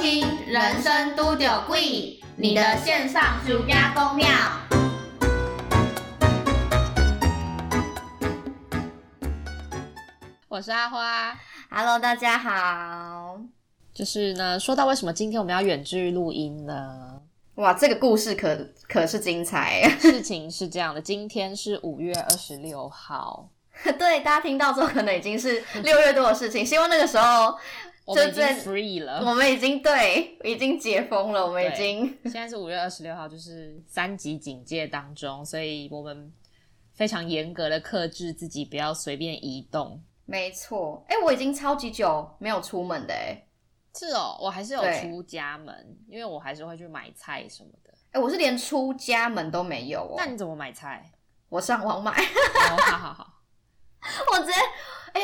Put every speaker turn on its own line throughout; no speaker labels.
听《人生都有贵》，你的线上暑假公庙。
我是阿花。
Hello，大家好。
就是呢，说到为什么今天我们要远距录音呢？
哇，这个故事可可是精彩。
事情是这样的，今天是五月二十六号，
对，大家听到之后可能已经 是六月多的事情，希望那个时候
我们已经
在
free 了。
我们已经对已经解封了，我们已
对
经
现在是五月二十六号，就是三级警戒当中，所以我们非常严格的克制自己，不要随便移动。
没错。哎、我已经超级久没有出门的哎、
是哦，我还是有
对
出家门，因为我还是会去买菜什么的。
哎、我是连出家门都没有哦
那。你怎么买菜？
我上网买，
哦，好好好，
我直接哎、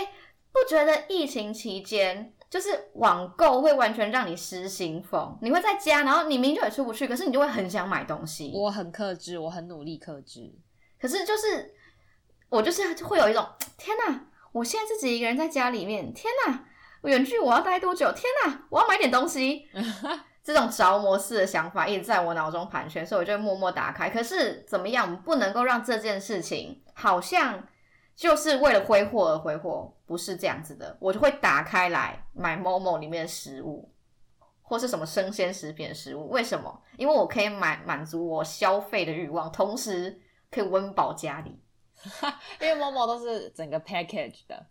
不觉得疫情期间就是网购会完全让你失心疯？你会在家，然后你明明就也出不去，可是你就会很想买东西。
我很克制，我很努力克制。
可是就是我就是会有一种天哪，我现在自己一个人在家里面，天哪，远距我要待多久？天哪，我要买点东西。这种着魔式的想法一直在我脑中盘旋，所以我就会默默打开。可是怎么样，我们不能够让这件事情好像就是为了挥霍而挥霍，不是这样子的。我就会打开来买某某里面的食物，或是什么生鲜食品的食物。为什么？因为我可以满满足我消费的欲望，同时可以温饱家里。
因为某某都是整个 package 的，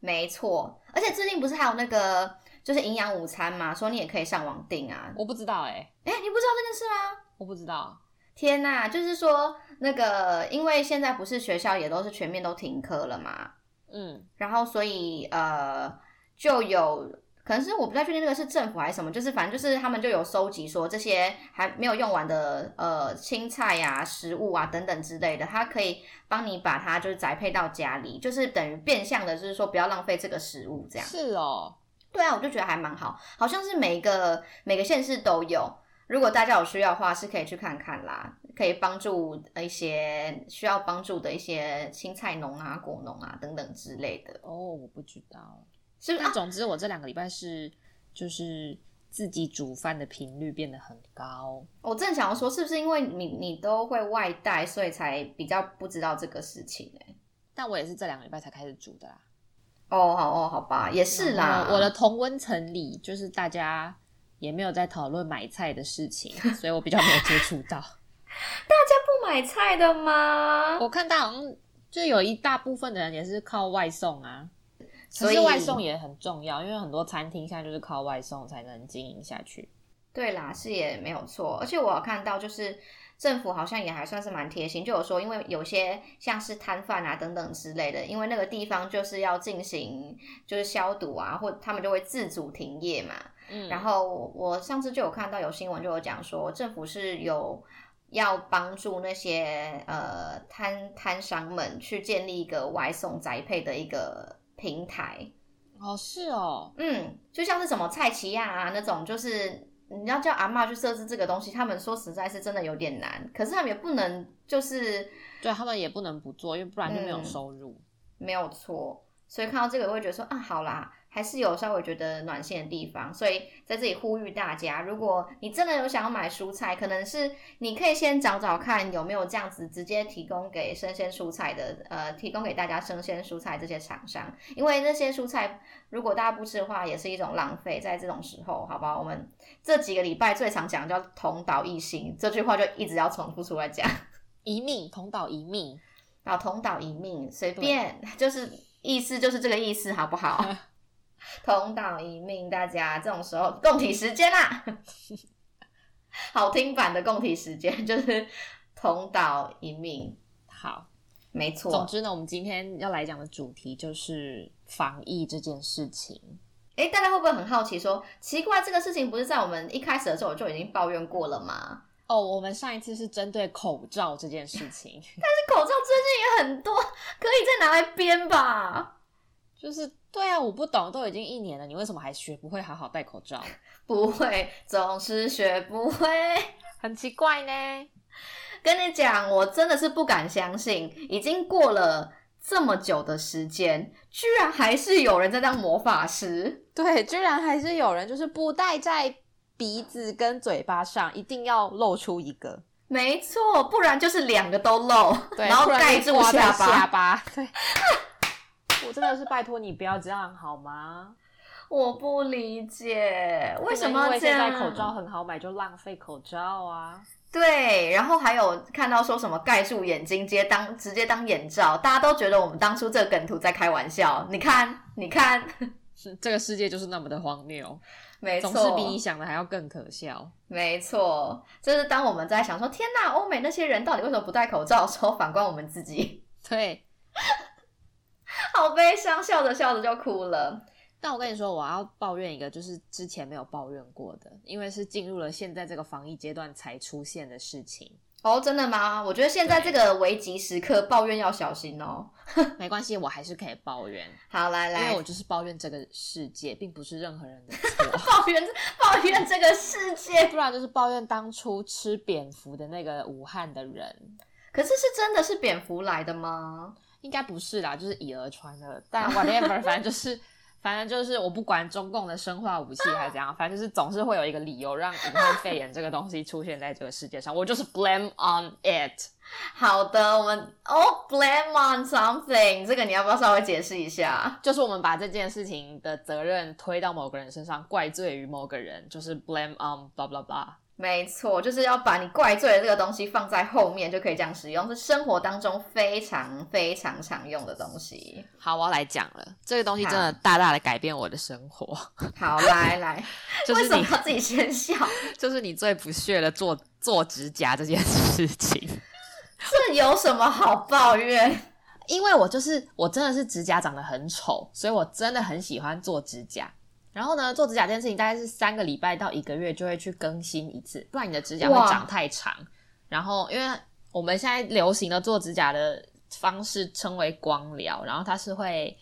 没错，而且最近不是还有那个就是营养午餐嘛，说你也可以上网订啊。
我不知道哎、
哎、你不知道这件事吗？
我不知道，
天呐，就是说那个，因为现在不是学校也都是全面都停课了嘛，
嗯，
然后所以呃就有。可能是我不太确定那个是政府还是什么，就是反正就是他们就有收集说这些还没有用完的呃青菜呀、食物啊等等之类的，它可以帮你把它就是宅配到家里，就是等于变相的就是说不要浪费这个食物这样。
是哦，
对啊，我就觉得还蛮好，好像是每一个每个县市都有。如果大家有需要的话，是可以去看看啦，可以帮助呃一些需要帮助的一些青菜农啊、果农啊等等之类的，
哦，我不知道。
是不是？
但
啊、
总之，我这两个礼拜是就是自己煮饭的频率变得很高。
我正想要说，是不是因为你你都会外带，所以才比较不知道这个事情、欸？
但我也是这两个礼拜才开始煮的啦。
哦，好哦，好吧，也是啦
然。后我的同温层里，就是大家也没有在讨论买菜的事情，所以我比较没有接触 到。
不买菜的吗？
我看到好像就有一大部分的人也是靠外送啊，可
所以
是外送也很重要，因为很多餐厅现在就是靠外送才能经营下去。
对啦，是也没有错，而且我有看到就是政府好像也还算是蛮贴心，就有说因为有些像是摊贩啊等等之类的，因为那个地方就是要进行就是消毒啊，或他们就会自主停业嘛。
嗯
然后我上次就有看到有新闻就有讲说，政府是有要帮助那些呃摊摊商们去建立一个外送宅配的一个平台，
哦，是哦，
嗯，就像是什么蔡奇亚啊那种，就是你要叫阿嬷去设置这个东西，他们说实在是真的有点难，可是他们也不能就是
对他们也不能不做，因为不然就没有
嗯
收入。
没有错，所以看到这个我会觉得说啊，好啦，还是有稍微觉得暖心的地方，所以在这里呼吁大家，如果你真的有想要买蔬菜，可能是你可以先找找看有没有这样子直接提供给生鲜蔬菜的，呃，提供给大家生鲜蔬菜这些厂商，因为那些蔬菜如果大家不吃的话，也是一种浪费，在这种时候，好不好？我们这几个礼拜最常讲的叫同岛一心这句话，就一直要重复出来讲。
一命同岛一命，
然后同岛一命，随便，就是意思就是这个意思，好不 好？同岛一命，大家这种时候共体时间啦， 好听版的共体时间就是同岛一命，
好。
没
啊
总
错。
之呢，我们今天要来讲的主题就是防疫这件事情。
哎，大家会不会很好奇说，奇怪，这个事情不是在我们一开始的时候我就已经抱怨过了吗？
哦，我们上一次是针对口罩这件事情，
这口罩最近也很多，可以再拿来编吧？
就是对啊，我不懂，都已经一年了，你为什么还学不会好好戴口罩？
不会，总是学不会。
很奇怪呢。
跟你讲，我真的是不敢相信，已经过了这么久的时间，居然还是有人在当魔法师。
对，居然还是有人就是不戴在
鼻子跟嘴巴上一定要露出一个，
没错，不然就是两个都露，
对，
然后
不
盖
就
住
刮到
下
下
巴。
巴。 对，我真的是拜托你不要这样好吗？
我不理解为什
不能因
么要
为
这
现
样。
在口罩很好买，就浪费口罩啊？
对，然后还有看到说什么盖住眼睛，直接当直接当眼罩，大家都觉得我们当初这个梗图在开玩笑。你看，你看，
是这个世界就是那么的荒谬，
没错，
总是比你想的还要更可笑。
没错，就是当我们在想说“天呐，欧美那些人到底为什么不戴口罩”的时候，反观我们自己，
对，
好悲伤，笑着笑着就哭了。
但我跟你说，我要抱怨一个，就是之前没有抱怨过的，因为是进入了现在这个防疫阶段才出现的事情。
哦，真的吗？我觉得现在这个危急时刻，抱怨要小心哦。
没关系，我还是可以抱怨，
好，来
因为
来
我，就是抱怨这个世界，并不是任何人的错。
抱怨 抱怨这个世界，
不然就是抱怨当初吃蝙蝠的那个武汉的人，
可是是真的是蝙蝠来的吗？
应该不是啦，就是以讹传讹。
哦
但 whatever，反正就是，反正就是，我不管中共的生化武器还是怎样，反正就是总是会有一个理由让武汉肺炎这个东西出现在这个世界上。我就是 blame on it。
好的，我们哦、blame on something，这个你要不要稍微解释一下？
就是我们把这件事情的责任推到某个人身上，怪罪于某个人，就是 blame on blah blah blah。
没错，就是要把你怪罪的这个东西放在后面，就可以这样使用，是生活当中非常非常常用的东西。
好，我要来讲了，这个东西真的大大的改变我的生活，
好，来来，
就
为
是
什
你
么，要自己先笑？
就是你最不屑的做做指甲这件事情。
这有什么好抱怨？
因为我就是我真的是指甲长得很丑，所以我真的很喜欢做指甲。然后呢，做指甲这件事情大概是三个礼拜到一个月就会去更新一次，不然你的指甲会
哇
长太长。然后，因为我们现在流行的做指甲的方式称为光疗，然后它是会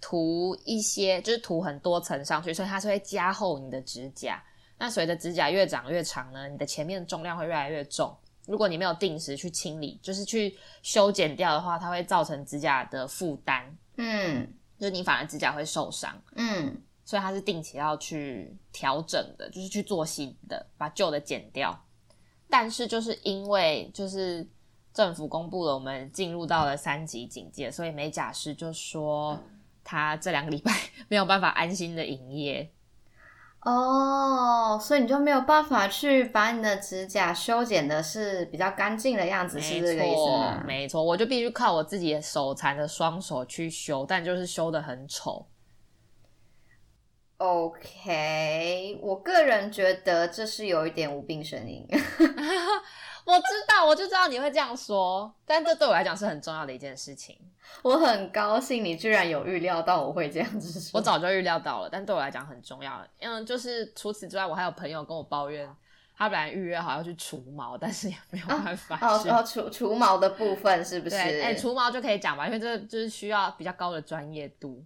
涂一些，就是涂很多层上去，所以它是会加厚你的指甲。那随着指甲越长越长呢，你的前面重量会越来越重。如果你没有定时去清理，就是去修剪掉的话，它会造成指甲的负担，
嗯
就是你反而指甲会受伤。
嗯，
所以它是定期要去调整的，就是去做新的，把旧的剪掉。但是就是因为就是政府公布了我们进入到了三级警戒，所以美甲师就说他这两个礼拜 没有办法安心的营业。
哦，所以你就没有办法去把你的指甲修剪的是比较干净的样子，是这个意思吗？
没错，我就必须靠我自己的手残的双手去修，但就是修的很丑。
OK，我个人觉得这是有一点无病呻吟。
我知道，我就知道你会这样说，但这对我来讲是很重要的一件事情。
我很高兴你居然有预料到我会这样子说。
我早就预料到了，但对我来讲很重要。嗯，就是除此之外，我还有朋友跟我抱怨，他本来预约好要去除毛，但是也没有办法
哦
去。
哦，除除毛的部分是不是？
啊对，哎、除毛就可以讲吧，因为这就是需要比较高的专业度，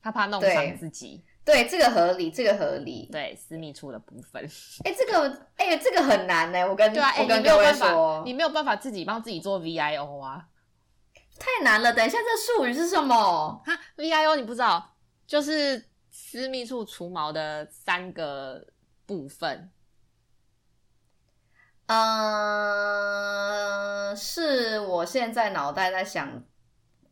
他怕弄伤
对
自己。
对这个合理，这个合理。
对，私密处的部 分，
哎、这个哎、这个很难呢、我跟
对啊，哎、
我
你
跟
没有
各位
办法
说，，
你没有办法自己帮自己做 VIO 啊，
太难了。等一下，这术语是什么？
哈，VIO 你不知道，就是私密处除毛的三个部分，
嗯，是我现在脑袋在想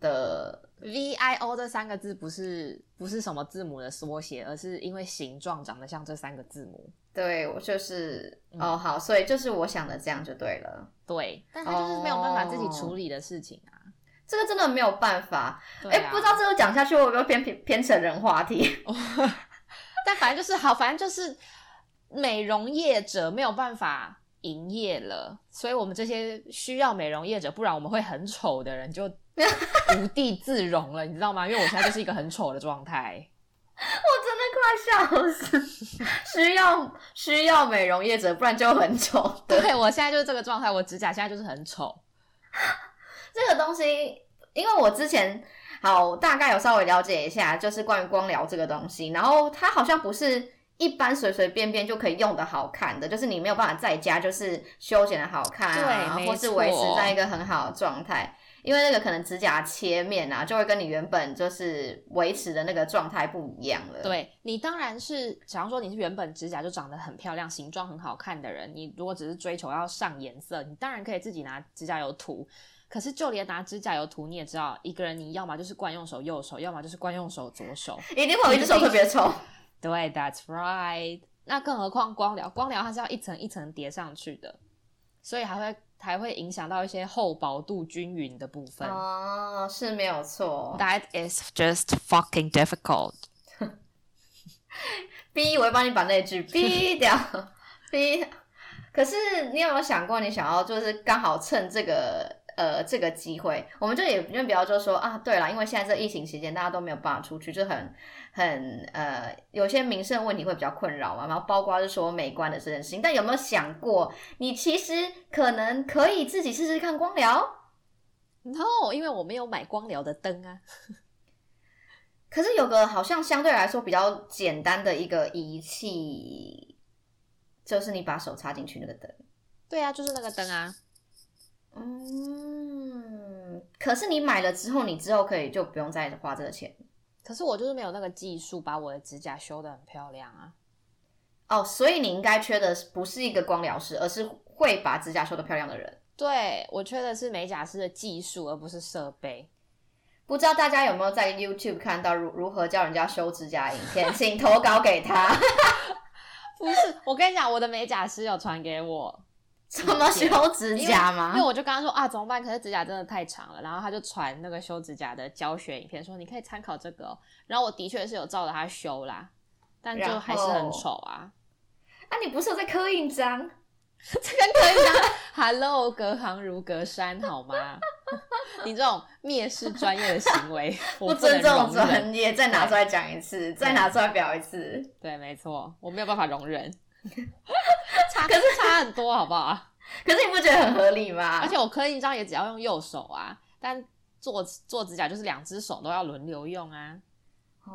的。
V I O 这三个字不是不是什么字母的缩写，而是因为形状长得像这三个字母。
对，我就是、
嗯
哦，好，所以就是我想的这样就对了。
对，但它就是没有办法自己处理的事情啊。
这个真的没有办法。
对
哎、
啊，
不知道。这个讲下去会不会偏偏偏成人话题？
但反正就是好，反正就是美容业者没有办法营业了，所以我们这些需要美容业者，不然我们会很丑的人就 无地自容了，你知道吗？因为我现在就是一个很丑的状态。
我真的快笑死！需要需要美容业者，不然就很丑。
对我现在就是这个状态，我指甲现在就是很丑。
这个东西，因为我之前好大概有稍微了解一下，就是关于光疗这个东西，然后它好像不是。一般随随便便就可以用的好看的，就是你没有办法在家就是修剪的好看啊，
对没
或是维持
错
在一个很好的状态。因为那个可能指甲切面啊，就会跟你原本就是维持的那个状态不一样了。，
对你当然是，假如说你是原本指甲就长得很漂亮、形状很好看的人，你如果只是追求要上颜色，你当然可以自己拿指甲油涂。可是就连拿指甲油涂，你也知道，一个人你要么就是惯用手右手，要么就是惯用手左手。
一定会有一只手特别 丑。
对，That's right。那更何况光疗，光疗它是要一层一层叠上去的，所以还会还会影响到一些厚薄度均匀的部分。
哦，是没有错。
That is just fucking difficult。
逼，我会帮你把那句逼掉。 逼，可是你有没有想过，你想要就是刚好趁这个呃这个机会，我们就也就不要就说啊，对了，因为现在这疫情期间大家都没有办法出去，就很很呃有些民生问题会比较困扰嘛，然后包括是说美观的这件事情，但有没有想过，你其实可能可以自己试试看光疗？
No，因为我没有买光疗的灯啊。
可是有个好像相对来说比较简单的一个仪器，就是你把手插进去那个灯。
对啊，就是那个灯啊。
嗯，可是你买了之后，你之后可以就不用再花这个钱
可是我就是没有那个技术把我的指甲修得很漂亮啊。
哦。所以你应该缺的不是一个光疗师，而是会把指甲修得漂亮的人。
对我缺的是美甲师的技术，而不是设备。
不知道大家有没有在 YouTube 看到如如何教人家修指甲的影片，请投稿给 他。
不是，我跟你讲，我的美甲师有传给我
怎么修指
因为
甲
因为
吗？
我就跟他说啊，怎么办？可是指甲真的太长了，然后他就传那个修指甲的教学影片，说你可以参考这个哦、然后我的确是有照着他修啦，但就还是
然
很
后
丑啊。
啊，你不是有在刻印章？
这个可以啊，Hello，隔行如隔山，好吗？ 你这种蔑视专业的 行为，我
不
不能
尊重
容忍
专业，再拿出来讲一次，再拿出来表一次。
对，没错，我没有办法容 忍。差可是差很多，好不好？
可是你不觉得很合理吗
而？且我刻印章也只要用右手啊，但做做指甲就是两只手都要轮流用啊。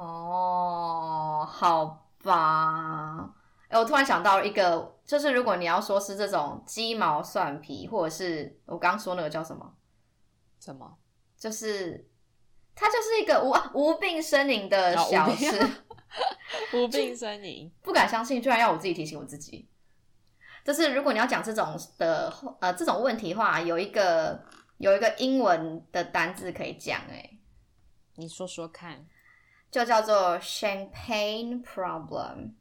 哦，好吧。哎、我突然想到一个，就是如果你要说是这种鸡毛蒜皮，或者是我刚说那个叫什么，
什么？
就是它就是一个无无病呻吟的
哦无
小
病
事，
无病呻吟。
不敢相信，居然要我自己提醒我自己。就是如果你要讲这种的呃这种问题的话，有一个有一个英文的单字可以讲、哎，
你说说看，
就叫做 champagne problem。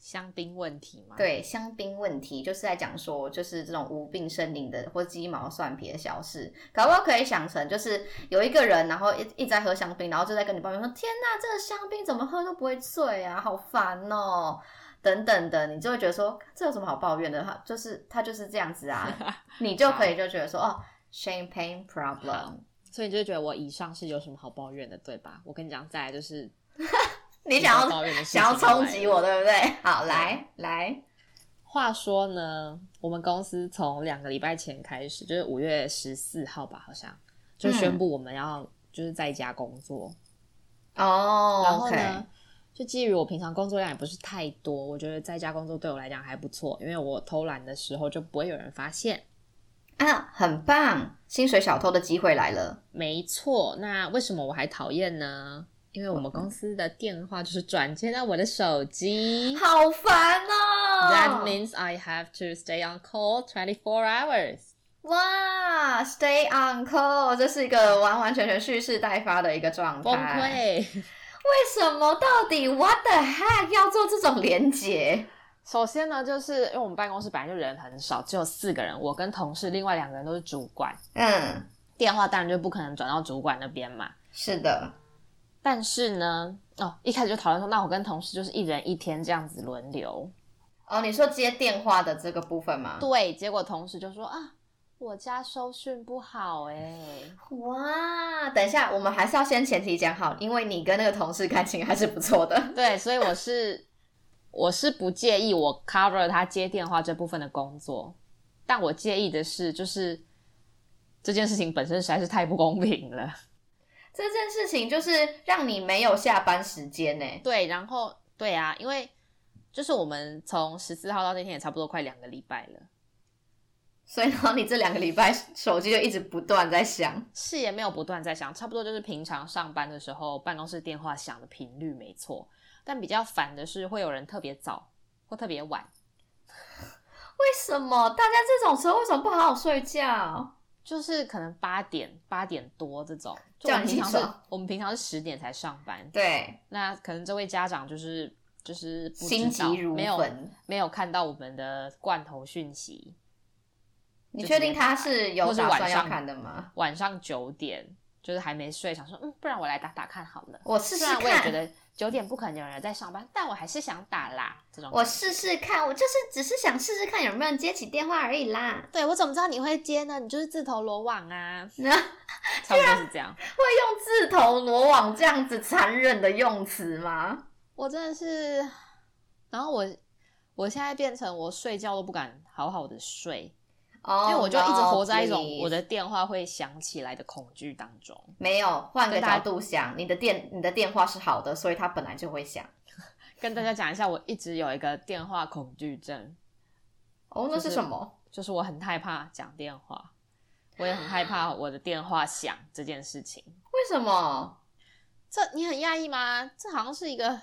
香槟问题吗？，
对香槟问题，就是在讲说，就是这种无病呻吟的或鸡毛蒜皮的小事，搞不好可以想成就是有一个人，然后一一直在喝香槟，然后就在跟你抱怨说：“天呐，这个香槟怎么喝都不会醉啊，好烦哦。”等等的，你就会觉得说这有什么好抱怨的？他就是他就是这样子 啊，你就可以就觉得说哦，champagne problem，
所以你就觉得我以上是有什么好抱怨的，对吧？我跟你讲，再来就是
你想
比较抱怨
要
的事
想要
情就来
冲击我，
了
对不对？ 好，来来，
话说呢，我们公司从两个礼拜前开始，就是五月十四号吧，好像就
嗯
宣布我们要就是在家工作。
哦
然后
，OK，
呢，就基于我平常工作量也不是太多，我觉得在家工作对我来讲还不错，因为我偷懒的时候就不会有人发现。
啊，很棒！薪水小偷的机会来了。
没错，那为什么我还讨厌呢？因为我们公司的电话就是转接到我的手机。
好烦哦
That means I have to stay on call 24 hours.
哇，Stay on call，这是一个完完全全蓄势待发的一个状
崩
态。
溃。
为什么到底 What the heck 要做这种连结？
首先呢，就是因为我们办公室本来就人很少，只有四个人，我跟同事，另外两个人都是主管，
嗯，
电话当然就不可能转到主管那边嘛。
是的，
但是呢，哦，一开始就讨论说，那我跟同事就是一人一天这样子轮流。
哦，你说接电话的这个部分吗？
对，结果同事就说啊，我家收讯不好哎、
哇，等一下，我们还是要先前提讲好，因为你跟那个同事感情还是不错的。
对，所以我是我是不介意我 cover 他接电话这部分的工作，但我介意的是，就是这件事情本身实在是太不公平了。
这件事情就是让你没有下班时间呢、欸
对，然后对啊，因为就是我们从十四号到今天也差不多快两个礼拜了，
所以然后你这两个礼拜手机就一直不断在响，
是也没有不断在响，差不多就是平常上班的时候办公室电话响的频率没错，但比较烦的是会有人特别早或特别晚，
为什么大家这种时候为什么不好好睡觉？
就是可能八点八点多这种，就我
叫
们
你
平
起
常是
床，
我们平常是十点才上班，
对，
那可能这位家长就是就是不知
心
道
急如
没有
焚。
没有看到我们的罐头讯息，
你
就
确
直接
定他是
或
有
是
打
晚
算要
上
看的吗？
晚上九点就是还没睡，想说嗯，不然我来打打看好了。
我试试
虽然我也觉
看，
得九点不可能有人在上班，但我还是想打啦。这种
我
感觉
试试看，我就是只是想试试看有没有人接起电话而已啦。
对我怎么知道你会接呢？你就是自投罗网啊，
那
差不多是这样。
会用自投罗网这样子残忍的用词吗？
我真的是，然后我我现在变成我睡觉都不敢好好的睡，
哦、
因为我就一直
no,
活在一种
please
我的电话会响起来的恐惧当中。
没有换个
跟大
角
家
度想，你的电你的电话是好的，所以它本来就会响。
跟大家讲一下，我一直有一个电话恐惧症，
哦，那
就是
是什么？
就是我很害怕讲电话，我也很害怕我的电话响这件事情。
为什么？
这你很讶异吗？这好像是一个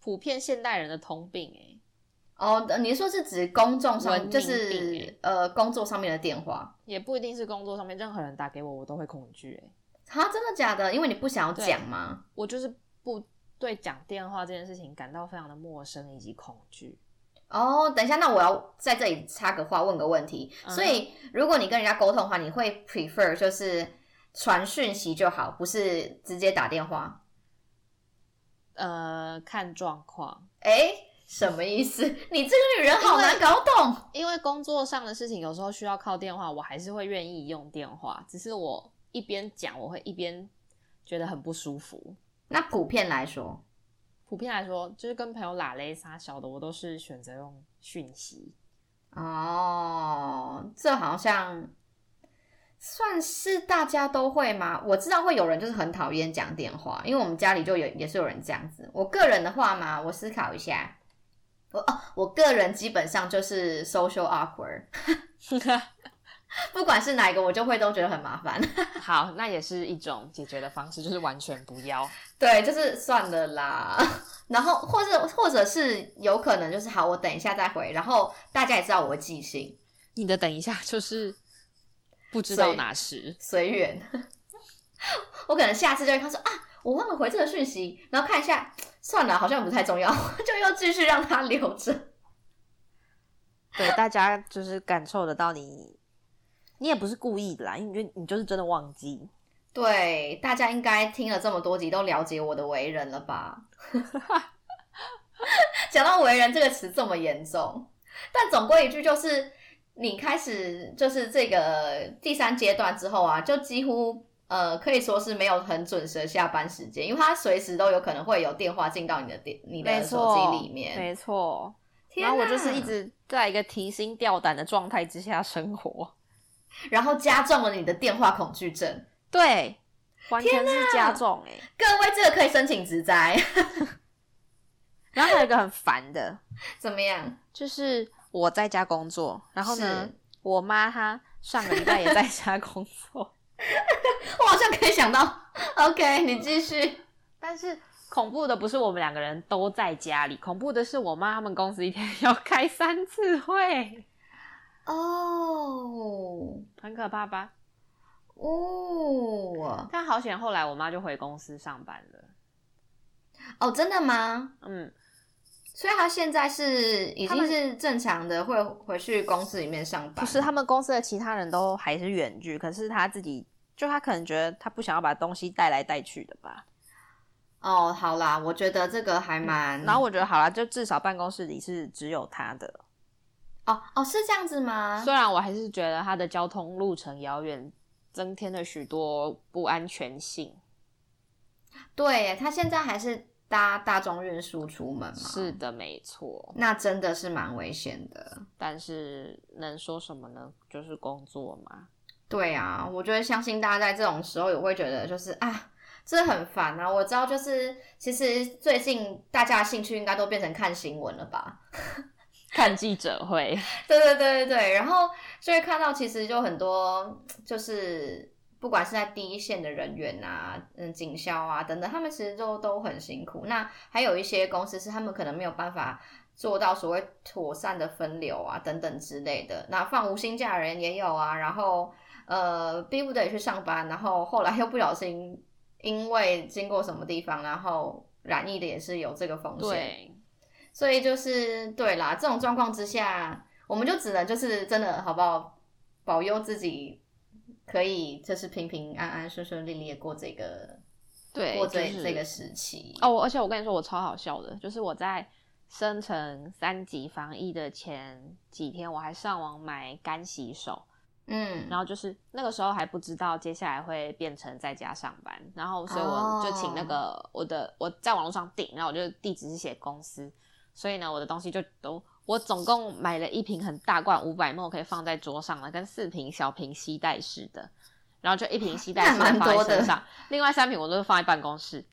普遍现代人的通病哎、
哦，你说是指公众
文
上，
明
就
病
是
欸
呃工作上面的电话？
也不一定是工作上面，任何人打给我，我都会恐惧哎、
啊，真的假的？因为你不想要
对
讲吗？
我就是不对讲电话这件事情感到非常的陌生以及恐惧。
哦，等一下，那我要在这里插个话，问个问题。
嗯哼
所以，如果你跟人家沟通的话，你会 prefer 就是传讯息就好，不是直接打电话？
呃，看状况，
哎，什么意思？ 你这个女人好
因为
难搞懂。
因为工作上的事情有时候需要靠电话，我还是会愿意用电话，只是我一边讲，我会一边觉得很不舒服。
那普遍来说，
普遍来说，就是跟朋友拉勒撒小的，我都是选择用讯 息。
哦，这好像算是大家都会吗？我知道会有人就是很讨厌讲电话，因为我们家里就有也是有人这样子。我个人的话嘛，我思考一下，我哦，我个人基本上就是 social awkward，不管是哪一个，我就会都觉得很麻烦。
好，那也是一种解决的方式，就是完全不要。
对，就是算了啦。然后或者或者是有可能就是好，我等一下再回。然后大家也知道我的记性，
你的等一下就是不知
所
道
以
哪时，
随缘。 我可能下次就会看说啊，我忘了回这个讯息，然后看一下，算了，好像不太重要， 就又继续让它留着。
对大家就是感受得到你，你也不是故意的啦，你就你就是真的忘记。
对，大家应该听了这么多集，都了解我的为人了吧？ 讲到“为人”这个词这么严重，但总归一句就是，你开始就是这个第三阶段之后啊，就几乎呃可以说是没有很准时的下班时间，因为它随时都有可能会有电话进到你的电你的手机里面。
没错。
天
然后我
哪
就是一，直在一个提心吊胆的状态之下生活，
然后加重了你的电话恐惧症。
对，完全是加重哎、
各位，这个可以申请职 灾，
然后还有一个很烦的，
怎么样？
就是我在家工作，然后呢
是，
我妈她上个礼拜也在家工作，
我好像可以想到 ，OK，你继续。
但是恐怖的不是我们两个人都在家里，恐怖的是我妈他们公司一天要开三次会，
哦，
很可怕吧？
哦，
但好险，后来我妈就回公司上班了。
哦，真的吗？
嗯，
所以他现在是已
他
经
们
是正常的会回去公司里面上班，
不是，他们公司的其他人都还是远距，可是她自己就她可能觉得她不想要把东西带来带去的吧。
哦，好啦，我觉得这个还蛮，
然后我觉得好了，就至少办公室里是只有她的，
哦哦是这样子吗
虽？然我还是觉得它的交通路程遥远，增添了许多不安全性。
对耶，他现在还是搭大众运输出门嘛，
是，的，没错。
那真的是蛮危险的。
但是能说什么呢？就是工作嘛。
对啊，我觉得相信大家在这种时候也会觉得，就是啊，这很烦啊！我知道，就是其实最近大家的兴趣应该都变成看新闻了吧？
看记者会，
对对对对对，然后就会看到，其实就很多就是不管是在第一线的人员啊，嗯，警消啊等等，他们其实都都很辛苦。那还有一些公司是他们可能没有办法做到所谓妥善的分流啊等等之类的。那放无薪假的人也有啊，然后呃，逼不得已去上班，然后后来又不小心因为经过什么地方，然后染疫的也是有这个风险。
对，
所以就是对啦，这种状况之下，我们就只能就是真的好不好，保佑自己可以就是平平安安、顺顺利利的过这个
对
过这、
就是
这个时期。
哦，我而且我跟你说，我超好笑的，就是我在生成三级防疫的前几天，我还上网买干洗手，
嗯，
然后就是那个时候还不知道接下来会变成在家上班，然后所以我就
哦
请那个、我的我在网络上订，然后我就地址是写公司，所以呢我的东西就都我总共买了一瓶很大罐五百 ml 可以放在桌上的，跟四瓶小瓶吸带式的，然后就一瓶吸带式
那还蛮
放在
多的
身上，另外三瓶我都是放在办公室。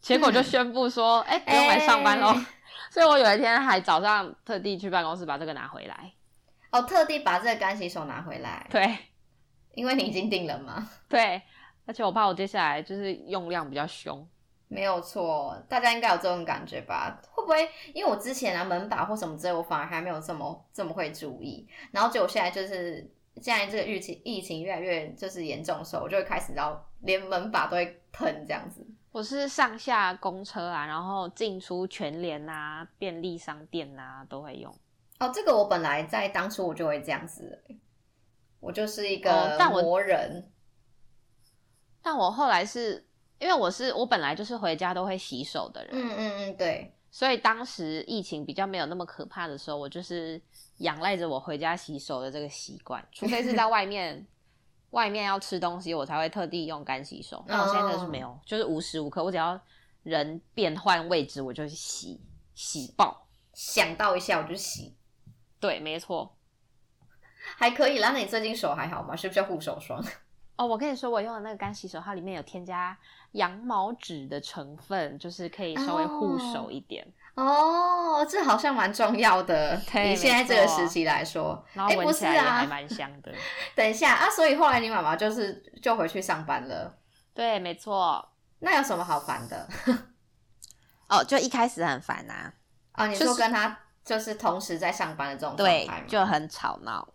结果就
嗯
宣布说，哎、不用来上班喽。
哎
所以我有一天还早上特地去办公室把这个拿回来。
哦，特地把这个干洗手拿回来，
对，
因为你已经定了嘛，
对，而且我怕我接下来就是用量比较凶。
没有错，大家应该有这种感觉吧？会不会因为我之前啊门把或什么之类，我反而还没有这么这么会注意，然后结果现在就是。现在这个疫情疫情越来越就是严重的时候，我就会开始，然后连门把都会疼这样子。
我是上下公车啊，然后进出全联啊、便利商店啊都会用。
哦，这个我本来在当初我就会这样子，我就是一
哦
个
但我
魔人。
但我后来是因为我是我本来就是回家都会洗手的人，
嗯嗯嗯，对，
所以当时疫情比较没有那么可怕的时候，我就是仰赖着我回家洗手的这个习惯，除非是在外面。外面要吃东西，我才会特地用干洗手。那我现在真的是没有就是无时无刻，我只要人变换位置，我就洗洗爆。
想到一下我就洗，
对，没错。
还可以啦。那你最近手还好吗？需不需要护手霜？
哦，我跟你说，我用的那个干洗手，它里面有添加羊毛脂的成分，就是可以稍微护手一点。
哦，这好像蛮重要的。
对
以现在
没错
这个时期来说，
然
哎
后闻
不
起
是
来也
啊
还蛮香的。
等一下啊，所以后来你妈妈就是就回去上班了。
对，没错。
那有什么好烦 的？
哦，就一开始很烦啊，
啊，你
就
说
是
跟她就是同时在上班的这种状
对
态吗，
就很吵闹。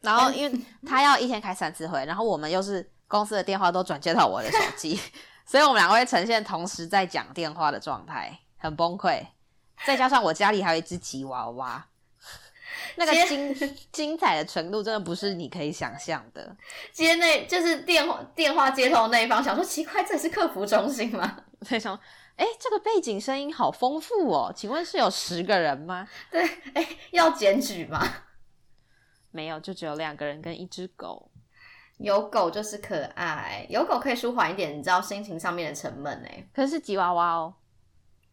然后因为他要一天开三次会，然后我们又是公司的电话都转接到我的手机， 所以我们两个会呈现同时在讲电话的状态，很崩溃。再加上我家里还有一只吉娃娃，那个
接
精精彩的程度真的不是你可以想象的。
接那就是电话电话接头那一方想说奇怪，这里是客服中心吗？
非常，哎，这个背景声音好丰富哦，请问是有十个人吗？
对，哎、要检举吗？
没有，就只有两个人跟一只狗。
有狗就是可爱，有狗可以舒缓一点，你知道心情上面的沉闷哎、
可是吉娃娃哦，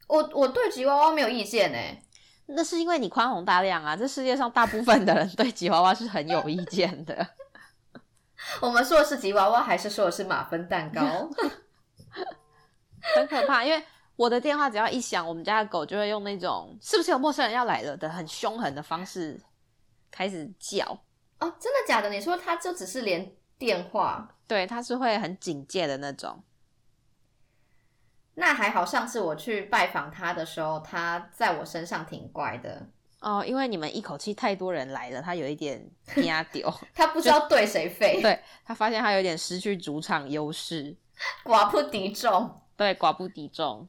我我对吉娃娃没有意见哎、
那是因为你宽宏大量啊，这世界上大部分的人对吉娃娃是很有意见的。
我们说的是吉娃娃，还是说的是马芬蛋糕？
很可怕，因为我的电话只要一响，我们家的狗就会用那种是不是有陌生人要来了的很凶狠的方式开始叫。
哦，真的假的？你说它就只是连电话？
对，它是会很警戒的那种。
那还好，上次我去拜访它的时候，它在我身上挺乖的，
哦，因为你们一口气太多人来了，它有一点压丢，
它不知道对谁飞，
对 它发现它有点失去主场优势，
寡不敌众。
对，寡不敌众。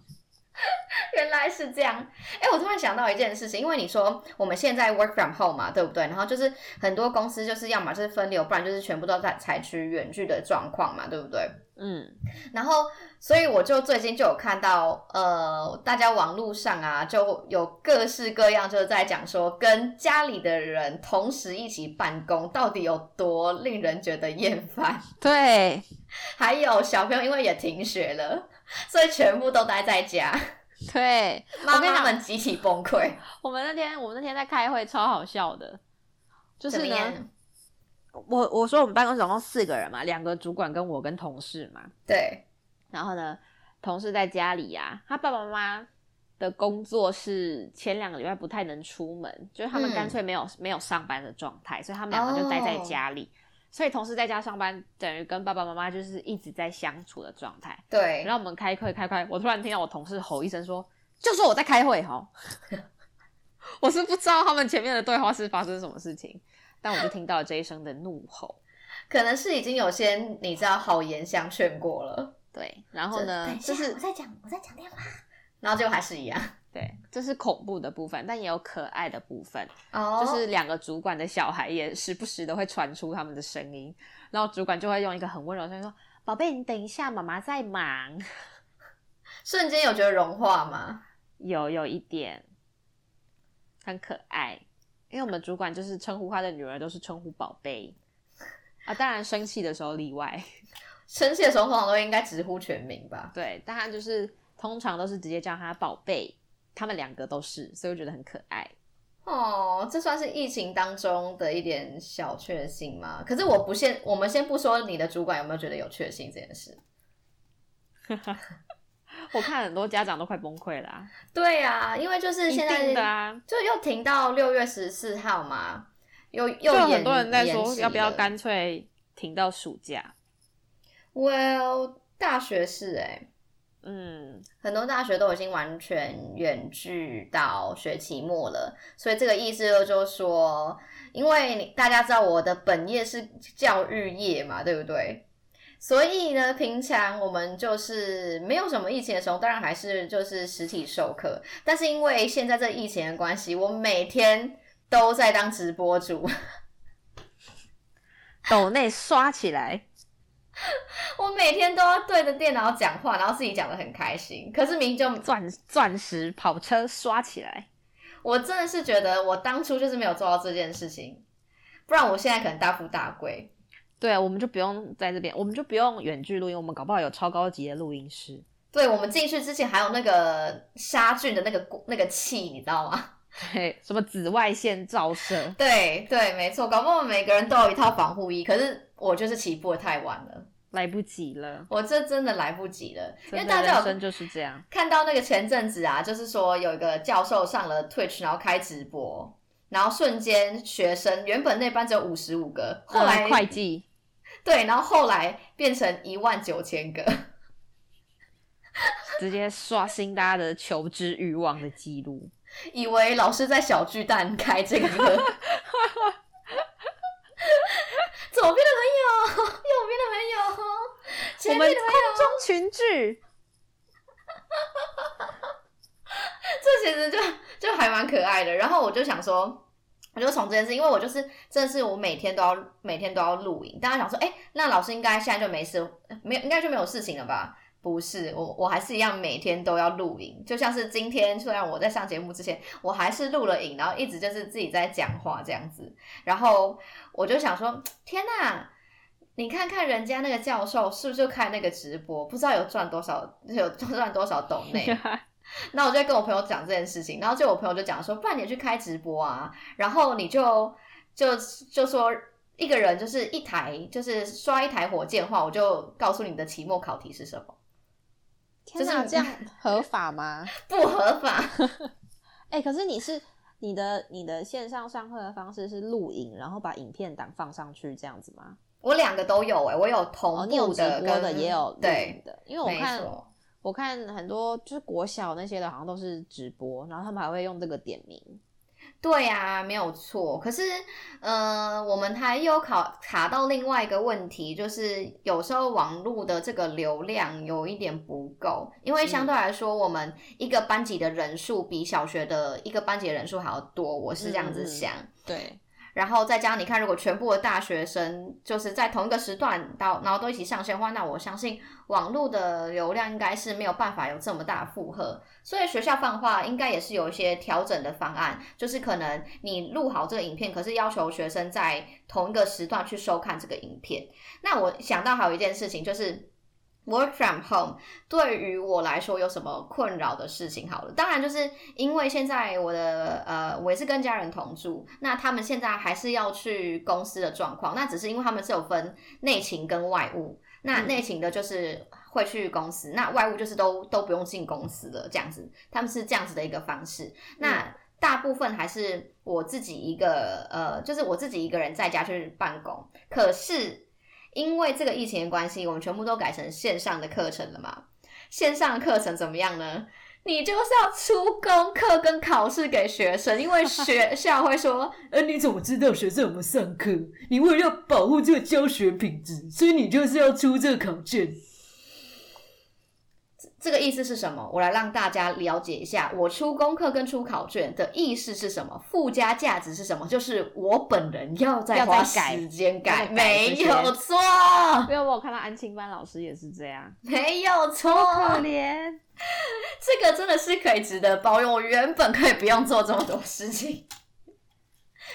原来是这样，哎、我突然想到一件事情，因为你说我们现在 work from home 嘛，对不对？然后就是很多公司就是要么就是分流，不然就是全部都在采取远距的状况嘛，对不对？
嗯，
然后，所以我就最近就有看到，呃，大家网络上啊，就有各式各样，就是在讲说跟家里的人同时一起办公，到底有多令人觉得厌烦。
对
还有小朋友因为也停学了，所以全部都待在家，
对，
妈
跟你
妈
讲
们集体崩溃。
我们那天我们那天在开会，超好笑的，就
怎
是
么
呢
样，？
我我说我们办公室总共四个人嘛，两个主管跟我跟同事嘛，
对，
然后呢，同事在家里呀、他爸爸妈妈的工作是前两个礼拜不太能出门，就是他们
嗯哦
干脆没有、没有上班的状态，所以他们两个就待在家里。所以同事在家上班，等于跟爸爸妈妈就是一直在相处的状态。
对，
然后我们开会开会，我突然听到我同事吼一声说：“就说我在开会吼。” 我是不知道他们前面的对话是发生什么事情，但我就听到了这一声的怒吼。
可能是已经有些你知道好言相劝过了，
对，然后呢，
就
这
等一下
是
我在讲我在讲电话，然后结果还是一样，
对，这是恐怖的部分，但也有可爱的部分，
哦
就是两个主管的小孩也时不时的会传出他们的声音，然后主管就会用一个很温柔的声音说：“宝贝，你等一下，妈妈在忙。”
瞬间有觉得融化吗？
有有一点，很可爱。因为我们主管就是称呼他的女儿都是称呼宝贝啊，当然生气的时候例外。
生气的时候通常都应该直呼全名吧？
对，但他就是通常都是直接叫他宝贝，他们两个都是，所以我觉得很可爱。
哦，这算是疫情当中的一点小确幸吗？可是我不先，我们先不说你的主管有没有觉得有确幸这件事。
我看很多家长都快崩溃了、啊，
对啊，因为就是
一
现在
定的啊，
就又停到六月十四号嘛，又
就
又
有
延
很多人在
延
说
期
要不要
了
干脆停到暑假。
？Well，大学是哎、
嗯，
很多大学都已经完全远距到学期末了，所以这个意思就是说，因为你大家知道我的本业是教育业嘛，对不对？所以呢，平常我们就是没有什么疫情的时候，当然还是就是实体授课，但是因为现在这疫情的关系，我每天都在当直播主，
抖内刷起来，
我每天都要对着电脑讲话，然后自己讲的很开心，可是明明就
钻钻石跑车刷起来。
我真的是觉得我当初就是没有做到这件事情，不然我现在可能大富大贵。
对，啊我们就不用在这边，我们就不用远距录音，我们搞不好有超高级的录音师。
对我们进去之前还有那个杀菌的那个那个气，你知道吗？
对，什么紫外线照射，
对对，没错，搞不好每个人都有一套防护衣，可是我就是起步的太晚了，
来不及了。
我这真的来不及了，因为
真的
大家
人
有
生就是这样，
看到那个前阵子啊，就是说有一个教授上了 Twitch，然后开直播，然后瞬间学生原本那班只有五十五个，后来、
嗯会计
对，然后后来变成一万九千个。
直接刷新大家的求知欲望的记录。
以为老师在小巨蛋开这个 歌，左边的 朋友，右边的朋友，前
我
面
们
的朋友，
空中群聚，
这其实就就还蛮可爱的。然后我就想说。我就从这件事，因为我就是真的是我每天都要每天都要录影。大家想说，哎、那老师应该现在就没事，没有应该就没有事情了吧？不是，我我还是一样每天都要录影，就像是今天，虽然我在上节目之前，我还是录了影，然后一直就是自己在讲话这样子。然后我就想说，天呐，你看看人家那个教授是不是就开那个直播，不知道有赚多少，有赚多少抖 内。那我就在跟我朋友讲这件事情，然后就我朋友就讲说，不然你去开直播啊，然后你就就就说一个人就是一台，就是刷一台火箭的话，我就告诉你的期末考题是什么，
天
哪 这样
合法吗？
不合法。
哎、可是你是你的你的线上上课的方式是录影，然后把影片档放上去这样子吗？
我两个都有哎、我有
哦，
同
你有
步
直播
的跟、
的，也有录影
对，
的，因为我看
没错
我看很多就是国小那些的，好像都是直播，然后他们还会用这个点名。
对啊，没有错。可是，呃，我们还有考卡到另外一个问题，就是有时候网络的这个流量有一点不够，因为相对来说，我们一个班级的人数比小学的一个班级的人数还要多，我是这样
嗯嗯
子
嗯
想。
对，
然后再加上你看，如果全部的大学生就是在同一个时段到，然后都一起上线的话，那我相信网络的流量应该是没有办法有这么大负荷。所以学校放话应该也是有一些调整的方案，就是可能你录好这个影片，可是要求学生在同一个时段去收看这个影片。那我想到还有一件事情就是。Work from home 对于我来说有什么困扰的事情？好了，当然就是因为现在我的呃，我也是跟家人同住，那他们现在还是要去公司的状况，那只是因为他们是有分内勤跟外务，那内勤的就是会去公司，那外务就是都都不用进公司了，这样子，他们是这样子的一个方式。那大部分还是我自己一个，呃，就是我自己一个人在家去办公。可是因为这个疫情的关系，我们全部都改成线上的课程了嘛。线上的课程怎么样呢？你就是要出功课跟考试给学生，因 为学校会说，
呃，你怎么知道学生有没有上课？你为了要保护这个教学品质，所以你就是要出这个考卷。
这个意思是什么？我来让大家了解一下，我出功课跟出考卷的意思是什么，附加价值是什么？就是我本人要再
要再
花
改
时间
要再
改，
改
没
这些
有错，
因为我有看到安亲班老师也是这样，
没有错，
怜。
这个真的是可以值得包容。我原本可以不用做这么多事情，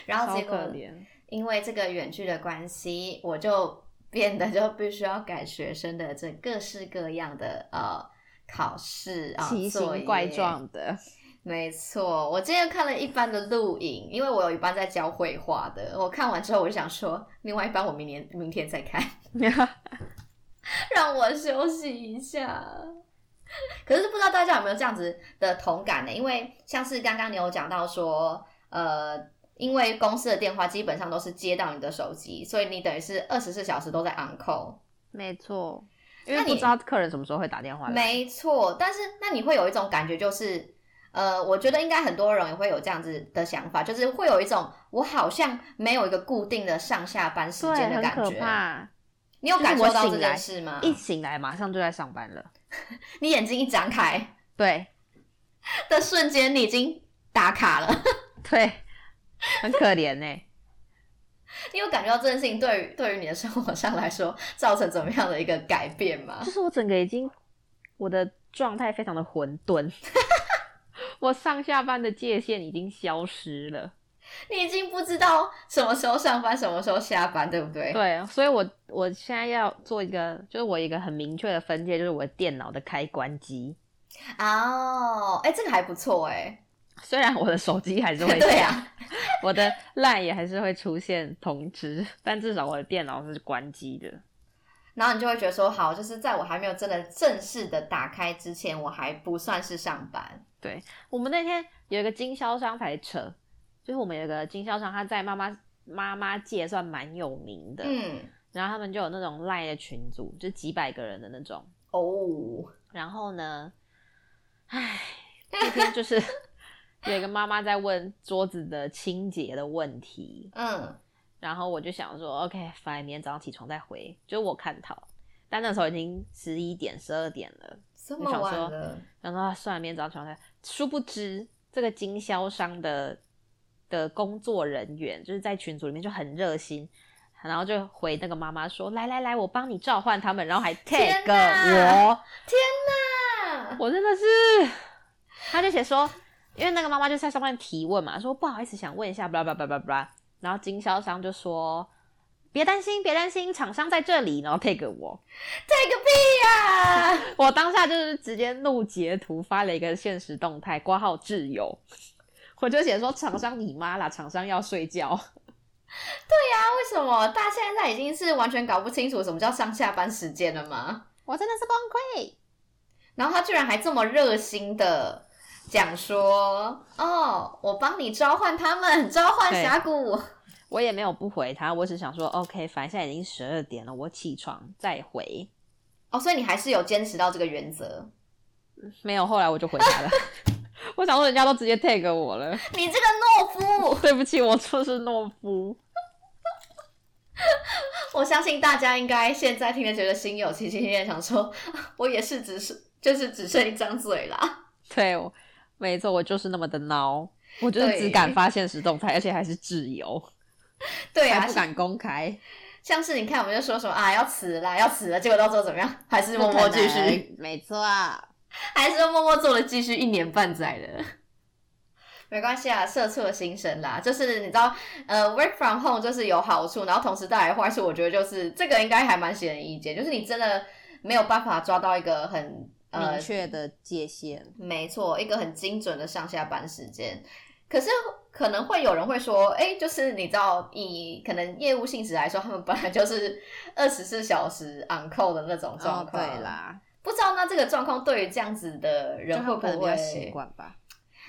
然后
超
啊结果
可怜。
因为这个远距的关系，我就变得就必须要改学生的这各式各样的呃考试啊，
奇
作业
形怪。状的，
没错，我今天看了一班的录影，因为我有一班在教绘画的，我看完之后我就想说，另外一班我明年明天再看，让我休息一下。可是不知道大家有没有这样子的同感呢？因为像是刚刚你有讲到说，呃，因为公司的电话基本上都是接到你的手机，所以你等于是二十四小时都在 on call。
没错。因
那
为
你
不知道客人什么时候会打电话来，
没错，但是那你会有一种感觉，就是呃，我觉得应该很多人也会有这样子的想法，就是会有一种我好像没有一个固定的上下班时
对，
间的
很
感
可
觉。啊
怕。
你有感受到这
就是我醒
件
来
事吗？
一醒来马上就在上班了，
你眼睛一张开
对
的瞬间，你已经打卡了。
对，很可怜欸呢、
你有感觉到这件事情对于对于你的生活上来说造成怎么样的一个改变吗
就？是我整个已经我的状态非常的混沌， 我上下班的界限已经消失了。
你已经不知道什么时候上班，什么时候下班，对不对？
对，所以我我现在要做一个，就是我一个很明确的分界，就是我的电脑的开关机。
哦，哎，这个还不错哎。
虽然我的手机还是会
对
响，
啊，
我的 LINE 也还是会出现通知，但至少我的电脑是关机的。
然后你就会觉得说，好，就是在我还没有真的正式的打开之前，我还不算是上班。
我们那天有一个经销商才扯，就是我们有一个经销商，他在妈妈妈妈界算蛮有名的，
嗯，
然后他们就有那种 LINE 的群组，就几百个人的那种。
哦，
然后呢，唉，那天就是有一个妈妈在问桌子的清洁的问题，
嗯，
然后我就想说，OK，反正明天早上起床再回，就我看到，但那时候已经十一点、十二点了，
这么晚了，
然后啊算了，明天早上起床再。殊不知，这个经销商的的工作人员就是在群组里面就很热心。然后就回那个妈妈说：“来来来，我帮你召唤他们。”然后还 take
哪
我，
啊
我真的是，他就写说，因为那个妈妈就在上面提问嘛，说不好意思，想问一下，巴拉巴拉巴拉巴拉，然后经销商就说。别担心，别担心，厂商在这里，然后 take 我，
take 个屁呀、啊！
我当下就是直接录截图发了一个现实动态，挂号挚友，我就写说厂商你妈啦，厂商要睡觉，
为什么大家现在已经是完全搞不清楚什么叫上下班时间了吗？
我真的是崩溃。
然后他居然还这么热心的讲说：“哦，我帮你召唤他们，召唤峡谷。
我也没有不回他，我只想说 OK，反正现在已经十二点了，我起床再回。”
哦，所以你还是有坚持到这个原则。
没有，后来我就回他了。 我想说，人家都直接 tag 我了，
你这个懦夫！
对不起，我就是懦夫。
我相信大家应该现在听了觉得心有戚戚焉，想说：“ 啊我也是，只是就是只剩一张嘴啦。
对，我没错，我就是那么的孬，我就是只敢发现实动态，而且还是自由，”
对
还
啊
不，敢公开，
像是你看，我们就说什么啊，要辞啦，要辞了，结果到最后怎么样？还是默默继 续，，
没错。啊
还是默默做了继续一年半载了。没关系啊，社畜的心声啦，就是你知道，呃，work from home 就是有好处，然后同时带来坏处，我觉得就是这个应该还蛮显而易见，就是你真的没有办法抓到一个很呃，
明确的界限，
没错，一个很精准的上下班时间。可可是可能会有人会说，哎、就是你知道，以可能业务性质来说，他们本来就是 二十四小时 on call 的那种状
哦，
况、
对，啦，
不知道那这个状况对于这样子的人会
就
不
可能比较
会
习惯吧。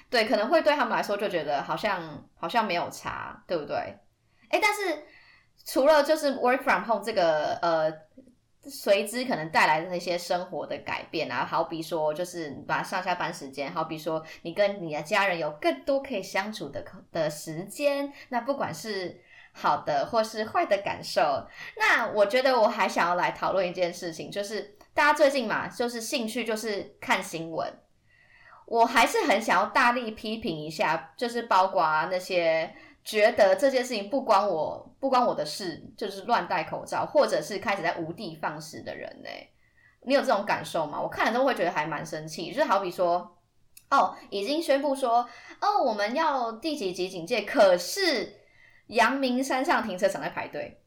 对，可能会对他们来说就觉得好像好像没有差，对不对？哎，但是除了就是 work from home 这个呃，随之可能带来的那些生活的改变啊，好比说就是把上下班时间，好比说你跟你的家人有更多可以相处的空的时间，那不管是。好的或是坏的感受，那我觉得我还想要来讨论一件事情，就是大家最近嘛，就是兴趣就是看新闻，我还是很想要大力批评一下，就是包括啊那些觉得这件事情不关我不关我的事，就是乱戴口罩，或者是开始在无的放矢的人呢、你有这种感受吗？我看了之后会觉得还蛮生气，就是好比说。哦，已经宣布说，哦，我们要第几级警戒，可是阳明山上停车场在排队。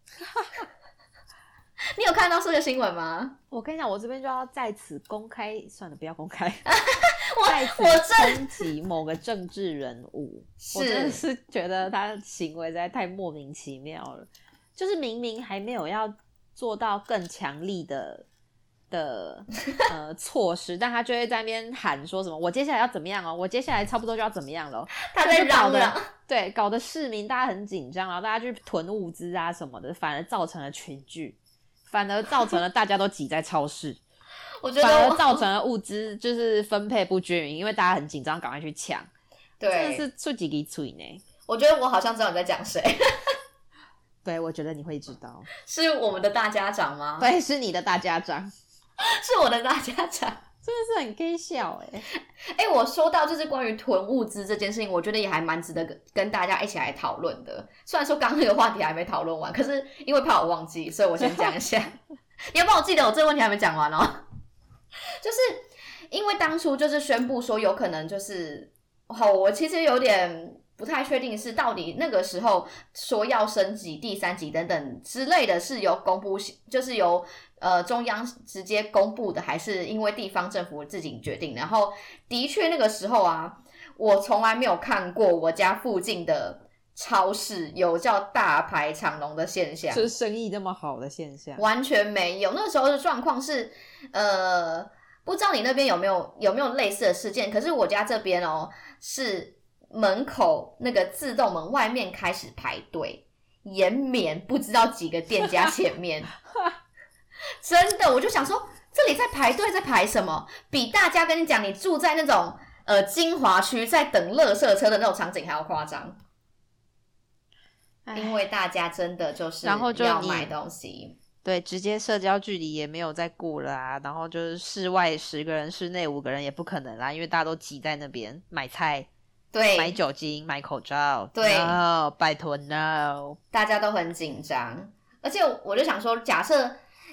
你有看到这个新闻吗？
我跟你讲，我这边就要在此公开，算了，不要公 开，在
我
此
我真
抨击某个政治人 物。我真的
是
是觉得他行为实在太莫名其妙了，就是明明还没有要做到更强力的的呃措施，但他就会在那边喊说什么“我接下来要怎么样哦，我接下来差不多就要怎么样了哦”，
他在
就搞
嚷
得
嚷，
对，搞得市民大家很紧张，然后大家去囤物资啊什么的，反而造成了群聚，反而造成了大家都挤在超 市。
我觉
反
得
而
我
造成了物资就是分配不均匀，因为大家很紧张，赶快去抢，真的
对，
是触几滴嘴呢。
我觉得我好像知道你在讲谁，
对，我觉得你会知道，
是我们的大家长吗？
对，是你的大家长，
是我的大家长。
真的是很 gay 笑哎、
哎、我说到就是关于囤物资这件事情，我觉得也还蛮值得跟跟大家一起来讨论的。虽然说刚刚那个话题还没讨论完，可是因为怕我忘记，所以我先讲一下。 你要帮我记得我这个问题还没讲完哦， 就是因为当初就是宣布说有可能就是，好，我其实有点。不太确定是到底那个时候说要升级第三级等等之类的，是由公布，就是由呃中央直接公布的，还是因为地方政府自己决定？然后的确那个时候啊，我从来没有看过我家附近的超市有叫大排长龙的现象，
就是生意这么好的现象，
完全没有。那时候的状况是，呃，不知道你那边有没有有没有类似的事件？可是我家这边哦，是门口那个自动门外面开始排队，延绵不知道几个店家前 面。真的，我就想说，这里在排队，在排什么？比大家跟你讲，你住在那种呃金华区在等垃圾车的那种场景还要夸张，因
哎，
为大家真的就是
然后就
要
你
买东西。
对，直接社交距离也没有再顾了啊，然后就是室外十个人，室内五个人也不可能啦，因为大家都挤在那边买菜、
对，
买酒精、买口罩，
对
，no, 拜托 no，
大家都很紧张，而且我就想说，假设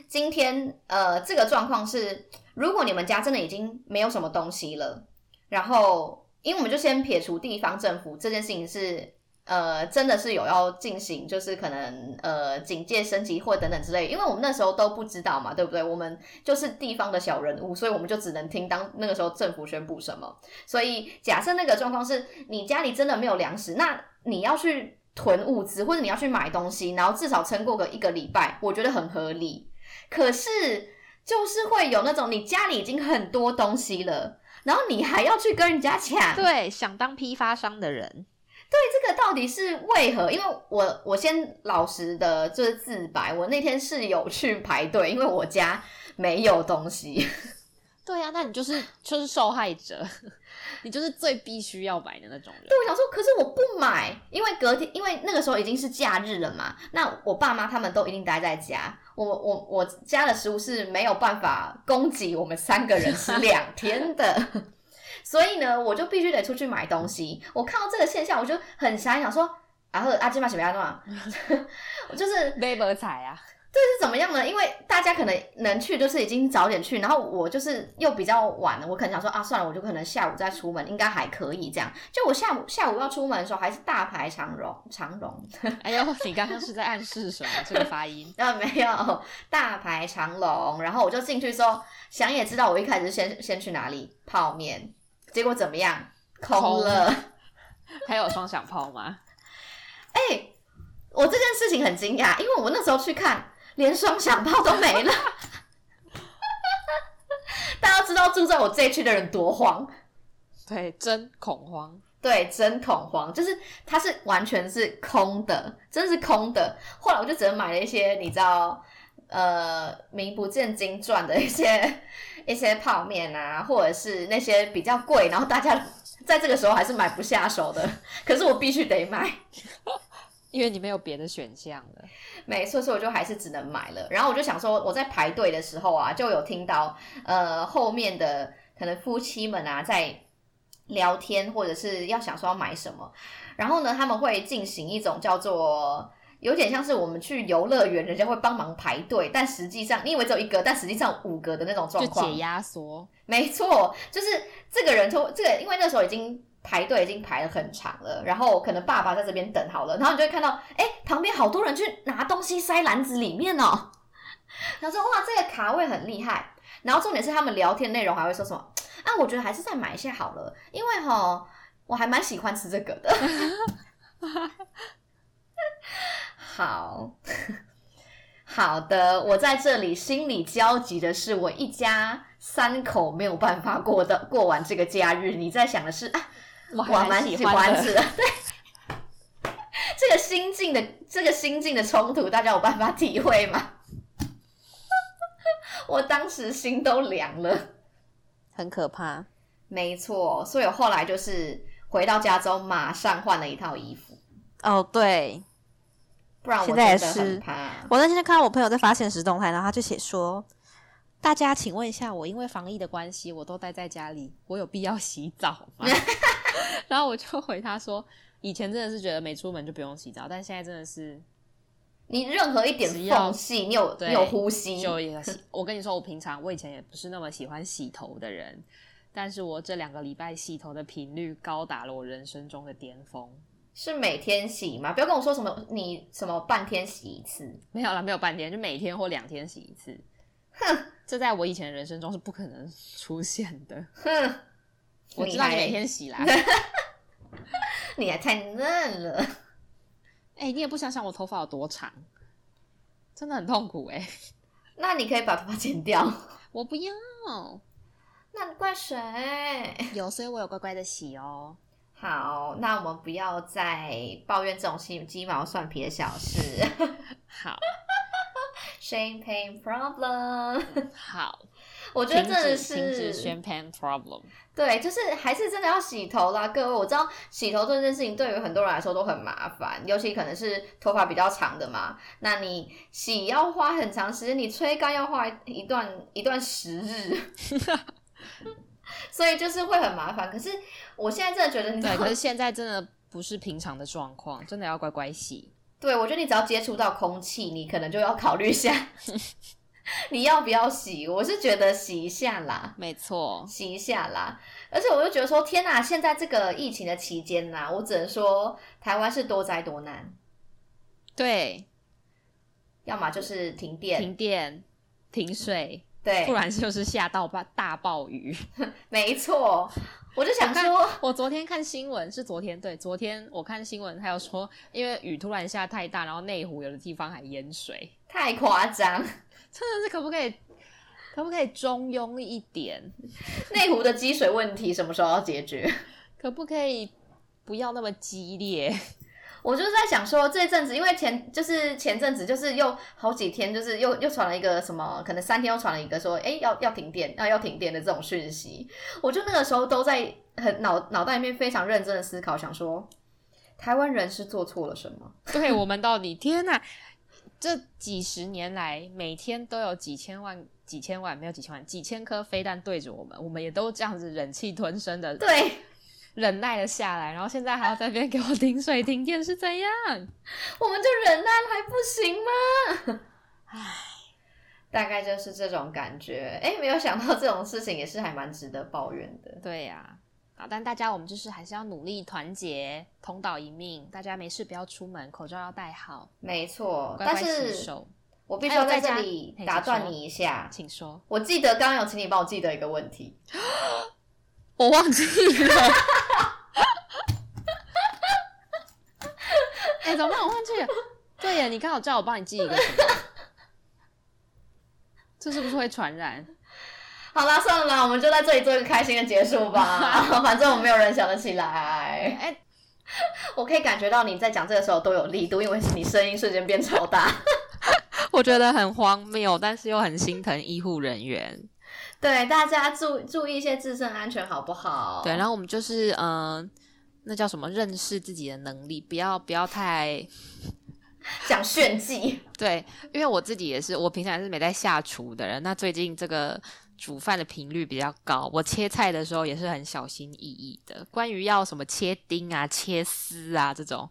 今天呃这个状况是，如果你们家真的已经没有什么东西了，然后因为我们就先撇除地方政府这件事情是呃真的是有要进行，就是可能呃警戒升级或等等之类，因为我们那时候都不知道嘛，对不对？我们就是地方的小人物，所以我们就只能听当那个时候政府宣布什么。所以假设那个状况是你家里真的没有粮食，那你要去囤物资，或者你要去买东西，然后至少撑过个一个礼拜，我觉得很合理。可是就是会有那种你家里已经很多东西了，然后你还要去跟人家抢，
对，想当批发商的人。
这个到底是为何？因为我我先老实的，就是自白，我那天是有去排队，因为我家没有东西。
对啊呀、那你就是就是受害者， 你就是最必须要买的那种人。
对，我想说，可是我不买，因为隔天，因为那个时候已经是假日了嘛。那我爸妈他们都一定待在家，我我我家的食物是没有办法供给我们三个人吃两天的，所以呢，我就必须得出去买东西。我看到这个现象，我就很想想说，啊呵，阿金玛什么样啊？我 就是
背博彩啊，
是怎么样呢？因呃为大家可能嗯能去，就是已经早点去，然后我就是又比较晚了，我可能想说啊，算了，我就可能下午再出门，应该还可以这样。就我下午下午要出门的时候，还是大排长龙长龙，
哎呦，你刚刚是在暗示什么？这个发 音
啊没有大排长龙，然后我就进去之后，想也知道我一开始先先去哪里泡面，结果怎么样？空
空
了，
还有双响炮吗？
哎、我这件事情很惊讶，因为我那时候去看，连双响炮都没了。 大家知道住在我这一区的人多慌，
对，真恐慌。
对，真恐慌，就是它是完全是空的，真是空的。后来我就只能买了一些，你知道，呃，名不见经传的一些一些泡面啊，或者是那些比较贵，然后大家 在这个时候还是买不下手的，可是我必须得买。
因为你没有别的选项了，
没错，所以我就还是只能买了。然后我就想说，我在排队的时候啊，就有听到呃后面的可能夫妻们啊在聊天，或者是要想说要买什么。然后呢，他们会进行一种叫做有点像是我们去游乐园，人家会帮忙排队，但实际上你以为只有一个，但实际上有五个的那种状
就
况。
解压缩。
没错，就是这个人就这个，因为那时候已经排队已经排了很长了，然后可能爸爸在这边等好了，然后你就会看到，哎，旁边好多人去拿东西塞篮子里面哦。 他说哇，这个卡位很厉害。然后重点是他们聊天内容还会说什么？啊，我觉得还是再买一下好了，因为哈、我还蛮喜欢吃这个的。 好好的，我在这里心里焦急的是，我一家三口没有办法过的过完这个假日。你在想的是啊，
我
哦
我还蛮喜欢吃的， 对。这个心境的这个心境的冲突，大家有办法体会吗？ 我当时心都凉了。
很可怕。
没错，所以我后来就是回到家之后，马上换了一套衣服，
哦，对，
不然我
现
真
在也
的
是
很怕。
我那天就看到我朋友在发现实动态，然后他就写说：“大家请问一下，我因为防疫的关系，我都待在家里，我有必要洗澡吗？”然后我就回他说：“以前真的是觉得没出门就不用洗澡，但现在真的是
你任何一点
只要
缝隙，你有
对
你有呼吸，
就也洗，我跟你说，我平常我以前也不是那么喜欢洗头的人，但是我这两个礼拜洗头的频率高达了我人生中的巅峰。
是每天洗吗？不要跟我说什么你什么半天洗一次，
没有啦，没有半天，就每天或两天洗一次。哼，这在我以前的人生中是不可能出现的。
哼，
我知道你
还
每天洗啦，
你还太嫩了。
哎、你也不想想我头发有多长，真的很痛苦哎、
那你可以把头发剪掉，
我不要，
那你怪谁？
有，所以我有乖乖的洗哦。
好，那我们不要再抱怨这种鸡鸡毛蒜皮的小事
好，
，shame pain problem。
好，
我觉得
停
真的
止
是
停止宣 pan problem。
对，就是还是真的要洗头啦，各位。我知道洗头这件事情对于很多人来说都很麻烦，尤其可能是头发比较长的嘛，那你洗要花很长时间，你吹干要花一段一段时 日，所以就是会很麻烦。可是我现在真的觉得你只
对，
要，
可是现在真的不是平常的状况，真的要乖乖洗。
对我觉得你只要接触到空气，你可能就要考虑一下， 你要不要洗。我是觉得洗一下啦。
没错，
洗一下啦。而且我就觉得说，天呐，现在这个疫情的期间呐、我只能说台湾是多灾多难，
对，
要么就是停电，
停电、停水，
对
不，然就是下到大大暴雨。
没错。我就想说，
我昨天看新闻，是昨天对，昨天我看新闻，还有说，因为雨突然下太大，然后内湖有的地方还淹水，
太夸张，
真的是可不可以，可不可以中庸一点？
内湖的积水问题什么时候要解决？
可不可以不要那么激烈？
我就是在想说，这阵子因为前就是前阵子就是又好几天，就是又又传了一个什么，可能三天又传了一个说，哎，要要停电，要要停电的这种讯息。我就那个时候都在很脑脑袋里面非常认真的思考，想说台湾人是做错了什么？
对我们到底，天哪！这几十年来，每天都有几千万、几千万没有几千万、几千颗飞弹对着我们，我们也都这样子忍气吞声的
对，
忍耐了下来，然后现在还要在那边给我停水停电是怎样？
我们就忍耐了还不行吗？大概就是这种感觉。哎，没有想到这种事情也是还蛮值得抱怨的。
对呀、啊，但大家我们就是还是要努力团结，同岛一命。大家没事不要出门，口罩要戴好，
没错，
乖乖
但
洗
是
手。
我必须要在这里
还有在
打
家
断你一下。
请说，
我记得刚刚有请你帮我记得一个问题，
我忘记了。哎怎么办？我忘记了。对呀，你刚好叫我帮你记一个什么，这是不是会传染？
好啦，算了啦，我们就在这里做一个开心的结束吧。 反正我们没有人想得起来。
哎
我可以感觉到你在讲这个时候都有力度，因为你声音瞬间变超大。
我觉得很荒谬，但是又很心疼医护人员。
对，大家注注意一些自身安全，好不好？
对，然
后
后我们就是嗯、呃那叫什么？认识自己的能力，不要不要太
讲炫技，
对，因为我自己也是，我平常是没在下厨的人。那最近这个煮饭的频率比较高，我切菜的时候也是很小心翼翼的。关于要什么切丁啊、切丝啊这种，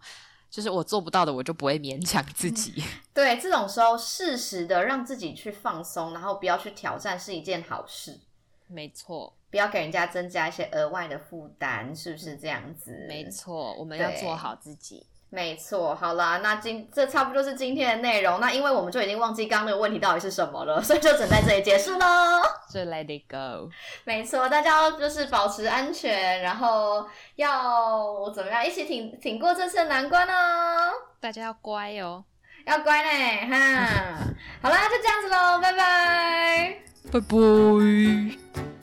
就是我做不到的，我就不会勉强自己。
对，这种时候适时的让自己去放松，然后不要去挑战，是一件好事。
没错，
不要给人家增加一些额外的负担，是不是这样子？
没错，我们要
对
做好自己。
没错，好啦，那今这差不多就是今天的内容。那因为我们就已经忘记刚刚那个问题到底是什么了， 所以就只能在这里结束喽。
就 let it go。
没错，大家要就是保持安全，然后要怎么样一起挺挺过这次的难关哦，
大家要乖哦，
要乖呢哈。好啦，就这样子喽，拜拜。
拜拜。